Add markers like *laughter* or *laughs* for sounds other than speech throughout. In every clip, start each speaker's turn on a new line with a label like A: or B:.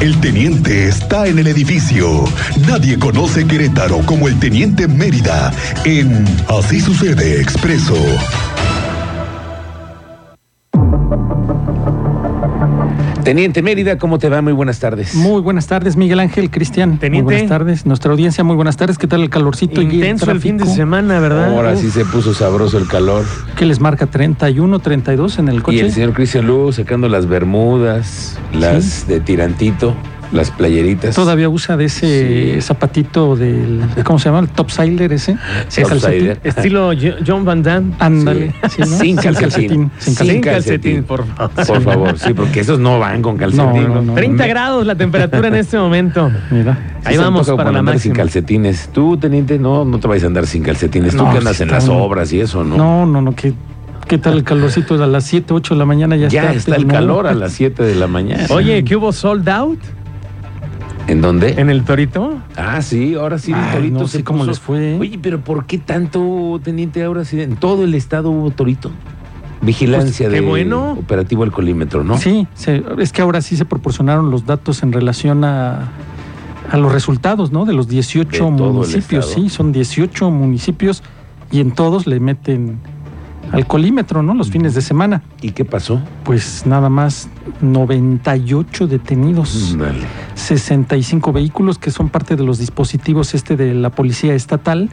A: El teniente está en el edificio. Nadie conoce Querétaro como el teniente Mérida en Así sucede expreso.
B: Teniente Mérida, ¿cómo te va? Muy buenas tardes.
C: Muy buenas tardes, Miguel Ángel, Cristian.
D: Teniente.
C: Muy buenas tardes. Nuestra audiencia, muy buenas tardes. ¿Qué tal el calorcito? y
D: Intenso el fin de
C: tráfico?
D: semana, ¿verdad?
B: Ahora
D: Uf.
B: sí se puso sabroso el calor.
C: ¿Qué les marca? ¿31, 32 en el
B: Y
C: coche?
B: el señor Cristian Lugo sacando las bermudas, las de tirantito, las playeritas.
C: Todavía usa de ese
B: Sí.
C: zapatito del. ¿Cómo se llama? El topsider ese. Ese
B: Topsider.
C: calcetín.
D: Estilo Jo- John Van Damme.
C: Ah, Ándale.
B: Sí.
C: ¿no?
B: Sin calcetín.
C: Sin
B: Sin
C: calcetín.
B: calcetín.
D: por favor.
B: Por favor, sí, porque esos no van con calcetín.
C: No, no, no.
D: 30 grados la temperatura en este momento.
C: Mira.
B: Sí
D: Ahí
B: se
D: vamos
B: antoja
D: para
B: como
D: la
B: andar sin
D: máxima.
B: calcetines. Tú, teniente, no, no te vais a andar sin calcetines. Tú
C: No,
B: que andas
C: sí
B: en
C: está
B: las
C: uno.
B: obras y eso, ¿no?
C: No, no, no. ¿Qué, qué tal el calorcito? A las 7, 8 de la mañana ya,
B: ya
C: está.
B: está, el
C: pero no.
B: calor a las 7 de la mañana.
D: Oye, ¿qué hubo sold out
B: ¿En dónde?
D: en el Torito?
B: Ah, sí, ahora sí, el
C: Ay,
B: torito.
C: no
B: se
C: sé cómo
B: puso-
C: les fue. ¿eh?
B: Oye, pero ¿por qué tanto, teniente? Ahora sí, en todo el estado hubo torito. Vigilancia
D: Pues, qué
B: de
D: bueno.
B: operativo alcoholímetro, ¿no?
C: Sí, se- es que ahora sí se proporcionaron los datos en relación a, a los resultados, ¿no? De los 18
B: De todo el
C: municipios,
B: estado.
C: sí, son 18 municipios y en todos le meten al colímetro, ¿no? Los fines de semana.
B: ¿Y qué pasó?
C: Pues nada más 98 detenidos,
B: Dale.
C: 65 vehículos que son parte de los dispositivos este de la policía estatal.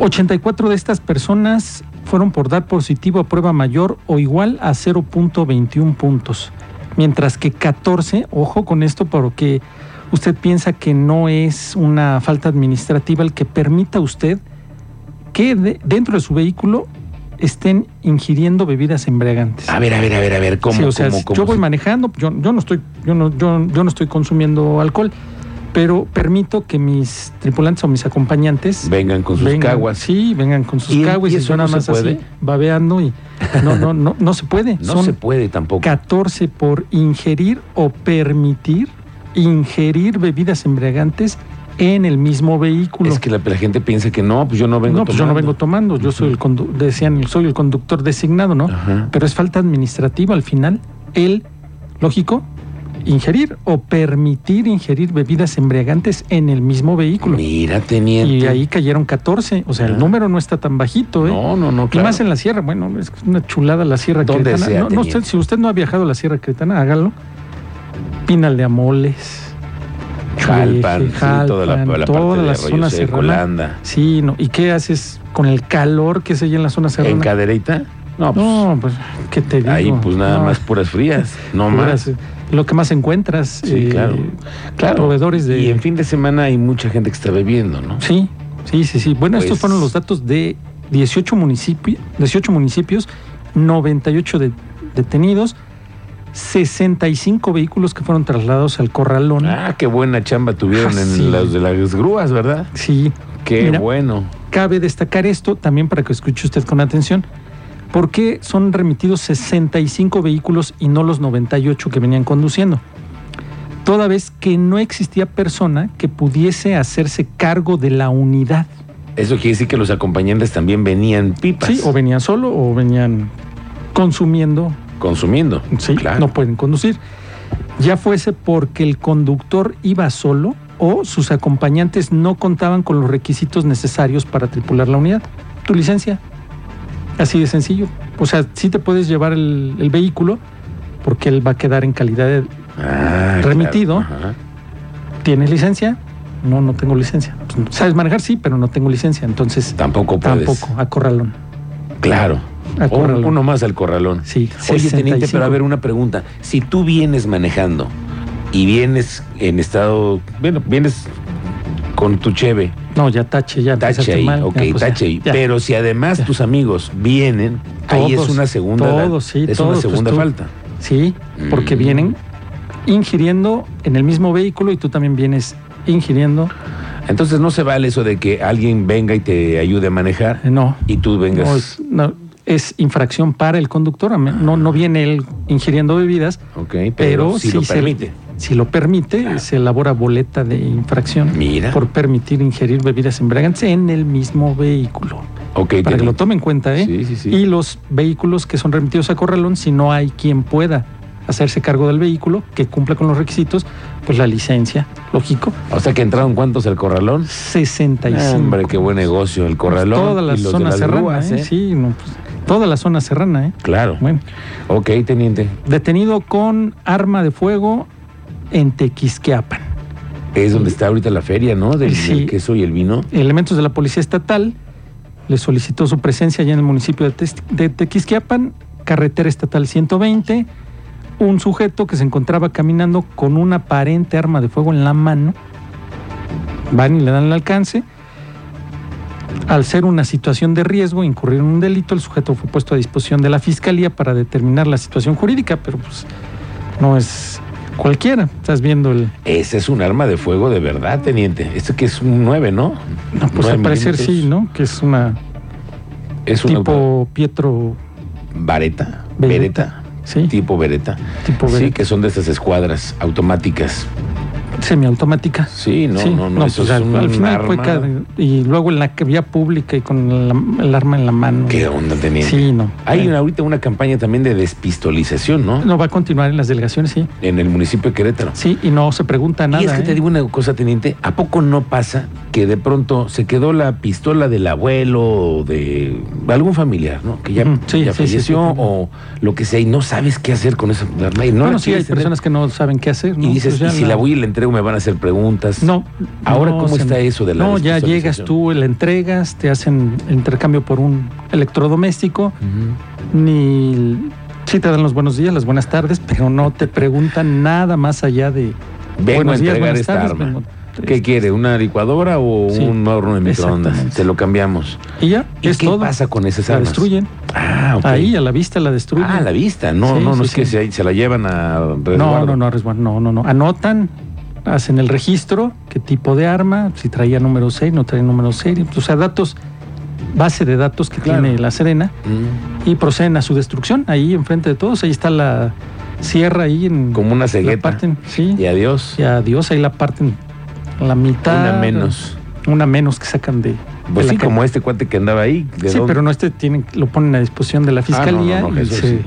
C: 84 de estas personas fueron por dar positivo a prueba mayor o igual a 0.21 puntos. Mientras que 14, ojo con esto porque usted piensa que no es una falta administrativa el que permita a usted que de- dentro de su vehículo estén ingiriendo bebidas embriagantes.
B: A ver, a ver, a ver, a ver, ¿cómo?
C: Sí, o sea,
B: cómo,
C: si
B: cómo
C: yo voy
B: se-
C: manejando, yo, yo no estoy, yo no, yo, yo no estoy consumiendo alcohol, pero permito que mis tripulantes o mis acompañantes
B: Vengan con sus
C: vengan,
B: caguas.
C: Sí, vengan con sus
B: ¿Y-
C: caguas
B: y
C: y,
B: eso
C: suena
B: no se
C: más así,
B: puede?
C: babeando y no, no, no, no se puede.
B: No
C: Son
B: se puede tampoco.
C: 14 por ingerir o permitir ingerir bebidas embriagantes en el mismo vehículo.
B: Es que la, la gente piensa que no, pues yo no vengo
C: no, pues yo no vengo
B: tomando.
C: tomando, yo soy el condu- decían, soy el conductor designado, ¿no?
B: Ajá.
C: pero es falta administrativa al final el, lógico, ingerir o permitir ingerir bebidas embriagantes en el mismo vehículo.
B: Mira, teniente.
C: Y ahí cayeron 14, o sea,
B: Ah.
C: el número no está tan bajito, ¿eh?
B: No, no, no,
C: Y
B: claro.
C: más en la sierra, bueno, es una chulada la sierra
B: Donde
C: queretana.
B: sea,
C: No, no,
B: teniente.
C: usted, si usted no ha viajado a la sierra queretana, hágalo. Pinal de Amoles.
B: Jalpan,
C: Chueje,
B: sí, toda la,
C: Jalpan,
B: la
C: toda
B: parte
C: la
B: de
C: zona
B: Arroyo Seco,
C: serrana.
B: Holanda.
C: Sí, no. ¿Y qué haces con el calor que se hay en la zona
B: ¿En
C: serrana?
B: Cadereyta? No, pues,
C: No, pues, ¿qué te digo?
B: ahí pues nada
C: No,
B: más puras frías, no
C: puras,
B: más.
C: eh, Lo que más encuentras.
B: Sí,
C: eh,
B: claro. Claro.
C: Proveedores de.
B: Y en fin de semana hay mucha gente que está bebiendo, ¿no?
C: Sí, sí, sí, sí. Bueno, estos
B: Pues-
C: fueron los datos de 18, municipi- 18 municipios, 98 de- detenidos, 65 vehículos que fueron trasladados al corralón.
B: Ah, qué buena chamba tuvieron
C: Ah,
B: en
C: sí.
B: las de las grúas, ¿verdad?
C: Sí,
B: Qué
C: Mira.
B: bueno.
C: cabe destacar esto también para que escuche usted con atención. ¿Por qué son remitidos 65 vehículos y no los 98 que venían conduciendo? Toda vez que no existía persona que pudiese hacerse cargo de la unidad.
B: Eso quiere decir que los acompañantes también venían pipas
C: Sí, o venían solo o venían consumiendo,
B: consumiendo.
C: sí,
B: claro.
C: no pueden conducir. Ya fuese porque el conductor iba solo o sus acompañantes no contaban con los requisitos necesarios para tripular la unidad. Tu licencia. Así de sencillo. O sea, sí te puedes llevar el, el vehículo porque él va a quedar en calidad de
B: Ah,
C: Remitido.
B: claro, ajá.
C: ¿tienes licencia? No, no tengo licencia. Pues, ¿Sabes manejar? Sí, pero no tengo licencia. Entonces,
B: Tampoco puedes.
C: tampoco, a corralón.
B: Claro.
C: A
B: O-
C: corralón.
B: Uno más al corralón.
C: Sí,
B: Oye, teniente,
C: 65.
B: pero a ver, una pregunta. Si tú vienes manejando y vienes en estado, bueno, vienes con tu cheve,
C: No, ya tache, ya
B: tache
C: empezaste
B: ahí,
C: mal, ya,
B: ok,
C: Ah, pues,
B: tache ahí.
C: ya, ya.
B: Pero si además
C: ya.
B: tus amigos vienen, ahí es
C: Todos,
B: una segunda,
C: todos, sí,
B: es
C: todos,
B: una
C: pues,
B: segunda
C: tú-
B: falta.
C: Sí, porque
B: Mm.
C: vienen ingiriendo en el mismo vehículo y tú también vienes ingiriendo.
B: Entonces no se vale eso de que alguien venga y te ayude a manejar
C: Eh, No,
B: y tú vengas.
C: no, es, no, es infracción para el conductor. a me- No, no viene él ingiriendo bebidas,
B: ok, pero,
C: pero,
B: si
C: si,
B: lo
C: se-
B: permite.
C: si lo permite, se elabora boleta de infracción
B: Mira.
C: por permitir ingerir bebidas embriagantes en el mismo vehículo.
B: Ok,
C: Para que
B: teniente.
C: lo tome en cuenta, ¿eh?
B: Sí, sí, sí.
C: Y los vehículos que son remitidos a Corralón, si no hay quien pueda hacerse cargo del vehículo, que cumpla con los requisitos, pues la licencia, lógico,
B: O sea que entraron cuántos al corralón. Ah,
C: 65.
B: Hombre, qué buen negocio
C: Pues,
B: el corralón.
C: Toda la
B: y los de
C: zona
B: las
C: serrana,
B: grúas,
C: ¿eh?
B: ¿eh?
C: Sí, no, pues, toda la zona serrana, ¿eh?
B: Claro.
C: Bueno,
B: Ok, teniente.
C: detenido con arma de fuego en Tequisquiapan.
B: Es donde está ahorita la feria, ¿no? Del,
C: Sí.
B: del queso y el vino.
C: Elementos de la Policía Estatal le solicitó su presencia allá en el municipio de, Tes- de Tequisquiapan, carretera estatal 120, un sujeto que se encontraba caminando con una aparente arma de fuego en la mano. Van y le dan el alcance. Al ser una situación de riesgo, incurrir en un delito, el sujeto fue puesto a disposición de la fiscalía para determinar la situación jurídica, pero pues no es cualquiera. Estás viendo el.
B: Ese es un arma de fuego de verdad, teniente. Este que es un 9, ¿no?
C: No, pues
B: Nueve
C: al parecer sí,
B: milímetros.
C: ¿no? Que es una
B: Es un
C: tipo Pietro
B: vareta. Bereta.
C: Beretta. Sí,
B: Tipo vereta.
C: tipo
B: Sí,
C: Beretta.
B: que son de esas escuadras automáticas.
C: semiautomática.
B: Sí, no,
C: Sí,
B: no, no. eso
C: pues,
B: es
C: al,
B: un
C: al final fue
B: arma.
C: cada- y luego en la que vía pública y con la- el arma en la mano.
B: ¿Qué onda, teniente?
C: Sí, no.
B: Hay
C: Eh,
B: una- ahorita una campaña también de despistolización, ¿no?
C: No va a continuar en las delegaciones, sí.
B: En el municipio de Querétaro.
C: Sí, y no se pregunta nada.
B: y es que te
C: ¿eh?
B: digo una cosa, teniente, ¿a poco no pasa que de pronto se quedó la pistola del abuelo o de algún familiar, ¿no? Que ya,
C: Ujú, sí,
B: ya
C: sí, sí,
B: falleció
C: sí.
B: o lo que sea y no sabes qué hacer con esa arma y no
C: bueno,
B: la
C: sí, hay
B: quieres tener.
C: personas que no saben qué hacer. ¿no?
B: Y dices,
C: Pues ya
B: y si la voy y la entrego me van a hacer preguntas.
C: No.
B: Ahora,
C: no
B: ¿cómo
C: se-
B: está eso de la
C: No, ya
B: despistolización?
C: llegas tú, la entregas, te hacen el intercambio por un electrodoméstico,
B: Ujú.
C: ni. el- Sí te dan los buenos días, las buenas tardes, pero no te preguntan nada más allá de.
B: Vengo
C: buenos
B: a
C: días,
B: entregar
C: buenas
B: esta
C: tardes,
B: arma.
C: vengo-
B: ¿Qué quiere? ¿Una licuadora o
C: Sí,
B: un horno de microondas?
C: exactamente.
B: Te lo cambiamos.
C: Y ya,
B: ¿Y
C: es
B: qué
C: todo.
B: pasa con esas
C: La
B: armas?
C: destruyen.
B: Ah, ok.
C: Ahí a la vista la destruyen.
B: Ah, a la vista. No,
C: Sí,
B: no, no
C: sí,
B: es que
C: sí.
B: se, se la llevan a
C: No,
B: resguardo.
C: no, no, resguardo, no, no, no. Anotan, hacen el registro, qué tipo de arma, si traía número 6, no traía número 6. O sea, datos, base de datos que
B: Claro.
C: tiene la Serena
B: Mm,
C: y proceden a su destrucción ahí enfrente de todos. Ahí está la sierra ahí en.
B: Como una
C: la
B: cegueta.
C: parten, sí.
B: Y adiós.
C: Y adiós, ahí la parten la mitad.
B: Una menos.
C: Una menos que sacan de. de
B: Pues
C: la
B: sí,
C: ca-
B: como este cuate que andaba ahí. ¿de
C: Sí,
B: dónde? Ah,
C: pero no este tienen, lo ponen a disposición de la fiscalía
B: no, no,
C: y
B: eso
C: se-
B: sí.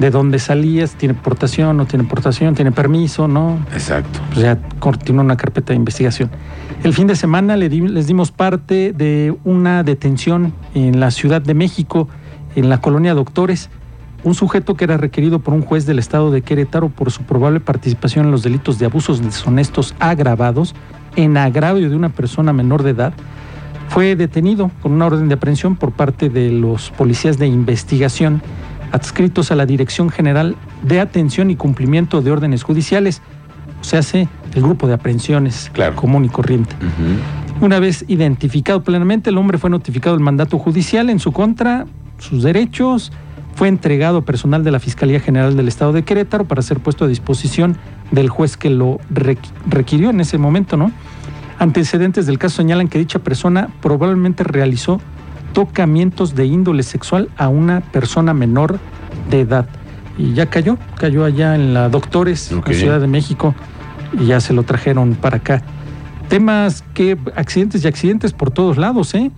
C: de dónde salías, tiene portación, no tiene portación, tiene permiso, no,
B: Exacto.
C: pues ya continúa una carpeta de investigación. El fin de semana le di- les dimos parte de una detención en la Ciudad de México, en la colonia Doctores, un sujeto que era requerido por un juez del estado de Querétaro por su probable participación en los delitos de abusos deshonestos agravados en agravio de una persona menor de edad, fue detenido con una orden de aprehensión por parte de los policías de investigación adscritos a la Dirección General de Atención y Cumplimiento de Órdenes Judiciales, o sea, hace el grupo de aprehensiones
B: Claro.
C: común y corriente.
B: Ujú.
C: Una vez identificado plenamente, el hombre fue notificado del mandato judicial en su contra, sus derechos, fue entregado a personal de la Fiscalía General del Estado de Querétaro para ser puesto a disposición del juez que lo requ- requirió en ese momento, ¿no? Antecedentes del caso señalan que dicha persona probablemente realizó tocamientos de índole sexual a una persona menor de edad. Y ya cayó, cayó allá en la Doctores, en
B: Ok.
C: la Ciudad de México, y ya se lo trajeron para acá. Temas que, accidentes y accidentes por todos lados, ¿eh?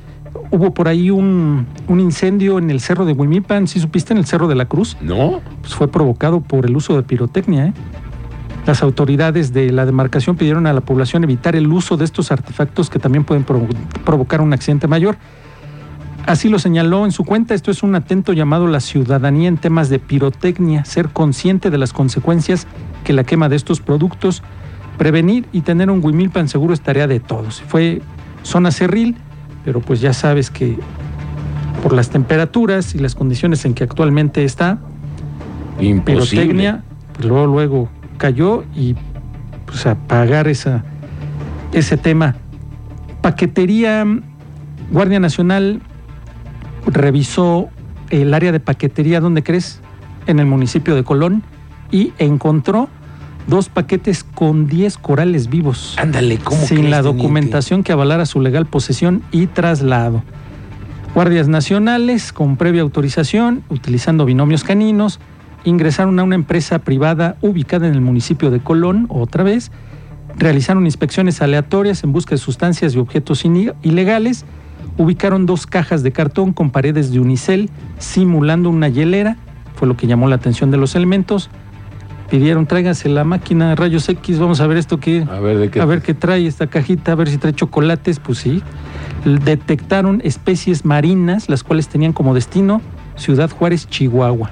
C: Hubo por ahí un, un incendio en el cerro de Huimipan, si supiste, en el cerro de la Cruz,
B: ¿No?
C: pues fue provocado por el uso de pirotecnia, ¿eh? Las autoridades de la demarcación pidieron a la población evitar el uso de estos artefactos que también pueden provo- provocar un accidente mayor. Así lo señaló en su cuenta, esto es un atento llamado la ciudadanía en temas de pirotecnia, ser consciente de las consecuencias que la quema de estos productos, prevenir y tener un Huimilpan seguro es tarea de todos. Fue zona cerril, pero pues ya sabes que por las temperaturas y las condiciones en que actualmente está,
B: Imposible.
C: pirotecnia, pues luego, luego cayó y pues apagar esa, ese tema. Paquetería, Guardia Nacional revisó el área de paquetería, ¿dónde crees? En el municipio de Colón y encontró dos paquetes con 10 corales vivos
B: Ándale, ¿cómo
C: sin
B: crees,
C: la
B: teniente?
C: documentación que avalara su legal posesión y traslado. Guardias nacionales, con previa autorización, utilizando binomios caninos, ingresaron a una empresa privada ubicada en el municipio de Colón, otra vez, realizaron inspecciones aleatorias en busca de sustancias y objetos ini- ilegales, ubicaron dos cajas de cartón con paredes de unicel simulando una hielera, fue lo que llamó la atención de los elementos, pidieron, tráiganse la máquina de rayos X, vamos a ver esto que...
B: A ver de qué.
C: A ver qué trae esta cajita, a ver si trae chocolates, pues sí. L- Detectaron especies marinas, las cuales tenían como destino Ciudad Juárez, Chihuahua.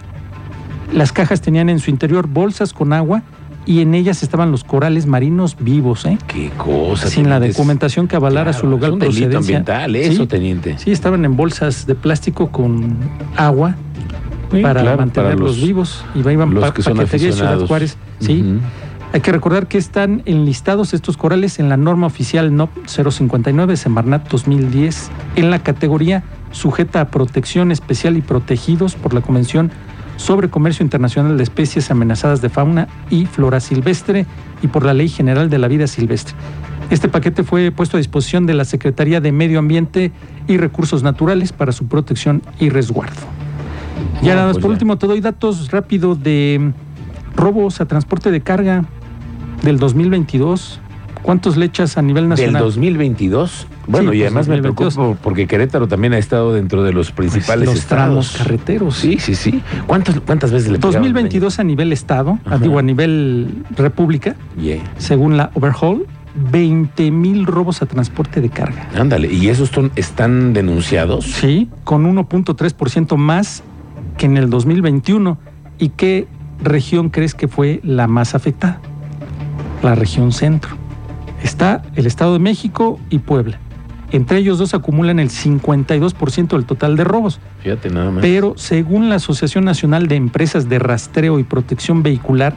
C: Las cajas tenían en su interior bolsas con agua y en ellas estaban los corales marinos vivos, ¿eh?
B: qué cosa.
C: sin la
B: teniente.
C: documentación que avalara
B: Claro,
C: su lugar
B: es un delito
C: procedencia.
B: ambiental, eso,
C: sí,
B: teniente.
C: sí, estaban en bolsas de plástico con agua
B: Sí,
C: para
B: claro,
C: mantenerlos
B: los-
C: vivos y iban
B: los
C: pa-
B: que son
C: paquetería de Ciudad
B: aficionados.
C: Juárez. Sí.
B: Ujú.
C: Hay que recordar que están enlistados estos corales en la norma oficial NOP 059 Semarnat 2010 en la categoría sujeta a protección especial y protegidos por la Convención sobre Comercio Internacional de Especies Amenazadas de Fauna y Flora Silvestre y por la Ley General de la Vida Silvestre. Este paquete fue puesto a disposición de la Secretaría de Medio Ambiente y Recursos Naturales para su protección y resguardo. Ya
B: No,
C: nada más,
B: pues
C: por
B: ya.
C: último, te doy datos rápido de mm, robos a transporte de carga del 2022. ¿Cuántos lechas a nivel
B: Del
C: nacional?
B: 2022. Bueno,
C: Sí,
B: y
C: pues,
B: además me
C: 2022.
B: preocupo porque Querétaro también ha estado dentro de los
C: Pues,
B: principales
C: los
B: estados.
C: tramos carreteros.
B: Sí, sí, sí. ¿Cuántas, cuántas veces le pegaron?
C: 2022 a nivel estado,
B: Ajá.
C: digo a nivel república,
B: Yeah.
C: según la Overhaul, 20 mil robos a transporte de carga.
B: Ándale, ¿y esos ton- están denunciados?
C: Sí, con 1.3% más que en el 2021. ¿Y qué región crees que fue la más afectada? La región centro. Está el Estado de México y Puebla. Entre ellos dos acumulan el 52% del total de robos.
B: Fíjate nada más.
C: Pero según la Asociación Nacional de Empresas de Rastreo y Protección Vehicular,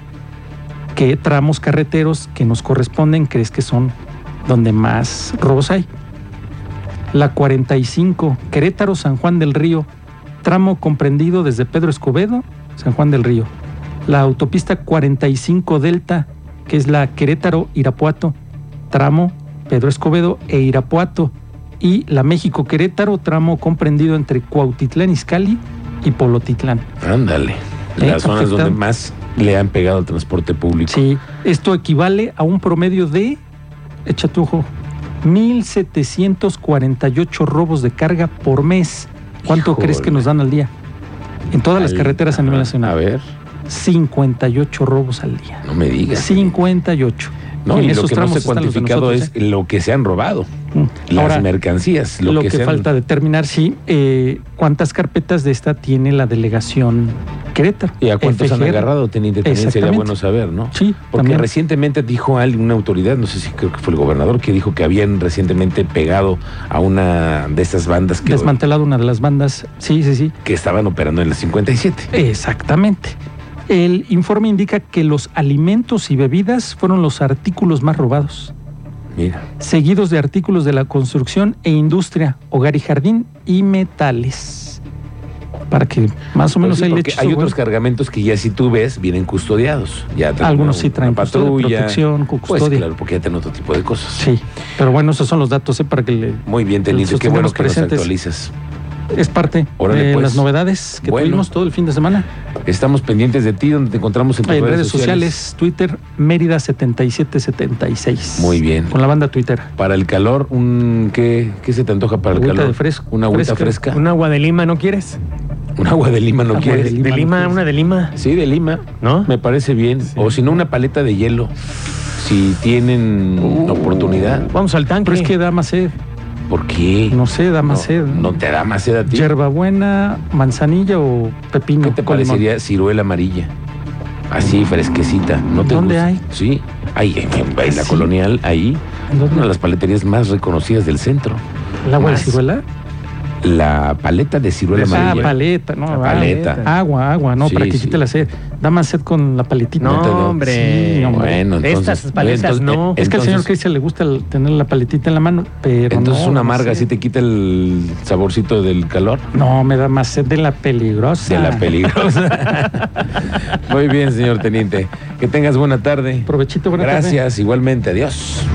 C: ¿qué tramos carreteros que nos corresponden crees que son donde más robos hay? La 45, Querétaro-San Juan del Río, tramo comprendido desde Pedro Escobedo, San Juan del Río. La autopista 45 Delta, que es la Querétaro-Irapuato, tramo Pedro Escobedo e Irapuato y la México-Querétaro, tramo comprendido entre Cuautitlán Izcalli y Polotitlán.
B: Ándale.
C: Eh,
B: Las zonas
C: afectan-
B: donde más le han pegado al transporte público.
C: Sí, esto equivale a un promedio de, echa tu ojo, 1.748 robos de carga por mes. ¿Cuánto
B: Híjole.
C: crees que nos dan al día? En todas las
B: Al-
C: carreteras a nivel
B: ajá.
C: nacional.
B: A ver,
C: 58 robos al día.
B: no me digas.
C: 58.
B: No,
C: En
B: y lo
C: esos
B: que no se
C: tramos
B: ha
C: están los de
B: cuantificado
C: nosotros,
B: es lo que se han robado.
C: ¿eh?
B: Las
C: Ahora,
B: mercancías.
C: lo,
B: Lo,
C: que,
B: se han-
C: falta determinar, sí, eh, cuántas carpetas de esta tiene la delegación Querétaro.
B: ¿Y a cuántos han
C: FGR.
B: agarrado, teniente? También sería
C: Exactamente.
B: bueno saber, ¿no?
C: Sí,
B: Porque
C: también.
B: recientemente dijo alguien, una autoridad, no sé si creo que fue el gobernador, que dijo que habían recientemente pegado a una de estas bandas que,
C: Desmantelado una de las bandas. Sí, sí, sí.
B: que estaban operando en el 57.
C: Exactamente. El informe indica que los alimentos y bebidas fueron los artículos más robados,
B: Mira,
C: seguidos de artículos de la construcción e industria, hogar y jardín y metales. Para que más o
B: Pues
C: menos
B: sí,
C: el
B: porque
C: hecho
B: hay
C: se
B: otros
C: vuelva-
B: cargamentos que ya si tú ves vienen custodiados. Ya traen
C: algunos
B: una-
C: sí traen
B: una
C: custodia, protección, con
B: Pues
C: custodia.
B: claro, porque ya tienen otro tipo de cosas.
C: Sí, pero bueno, esos son los datos, ¿eh? Para que le
B: Muy bien, Teniente,
C: Los
B: qué bueno
C: tenemos
B: que
C: presentes.
B: nos actualizas.
C: Es parte
B: Órale,
C: de
B: pues.
C: las novedades que
B: Bueno.
C: tuvimos todo el fin de semana.
B: Estamos pendientes de ti, donde te encontramos en
C: En
B: tus
C: redes, sociales, Twitter, Mérida 7776.
B: Muy bien.
C: Con la banda Twitter.
B: Para el calor, un ¿qué, qué se te antoja para el
C: Agüita
B: calor?
C: de fresco-
B: Una agüita
C: fresca.
B: fresca.
D: Un agua de Lima, ¿no quieres?
B: Un agua de lima, ¿no
C: Agua
B: quieres?
C: de Lima,
D: De
C: ¿no
D: Lima,
C: quieres?
D: una de Lima.
B: Sí, de lima.
D: ¿No?
B: Me parece bien. O si no, una paleta de hielo. Si tienen
C: Uh.
B: oportunidad.
D: Vamos al tanque.
C: Pero es que da más sed.
B: ¿Por qué?
C: No sé, da más sed.
B: No te da más sed a ti.
C: Hierbabuena, manzanilla o pepino.
B: ¿Qué te
C: Mm, con limón.
B: parecería ciruela amarilla? Así, fresquecita. ¿No te
C: ¿Dónde
B: gusta?
C: hay?
B: Sí, ahí, en, en- en la
C: ¿Sí?
B: colonial, ahí.
C: ¿En dónde?
B: Una de las paleterías más reconocidas del centro.
C: ¿El agua
B: Más.
C: de ciruela?
B: La paleta de ciruela
D: De-
C: Ah,
B: amarilla.
C: paleta, no.
B: La
C: ah,
B: paleta.
C: Agua, agua, no,
B: Sí,
C: para que
B: sí.
C: quite la sed. Da más sed con la paletita.
D: No,
B: te da-
D: hombre.
C: Sí, hombre.
B: Bueno, entonces-
D: Estas paletas
B: entonces-
D: no.
B: eh,
C: es que al señor
B: entonces-
C: Cristian le gusta el- tener la paletita en la mano, pero.
B: Entonces
C: no,
B: una
C: da más
B: amarga
C: sed.
B: sí te quita el saborcito del calor.
C: No, me da más sed de la peligrosa.
B: De la
C: *laughs*
B: peligrosa. Muy bien, señor teniente. Que tengas buena tarde.
C: Provechito, buena tarde.
B: Gracias, igualmente. Adiós.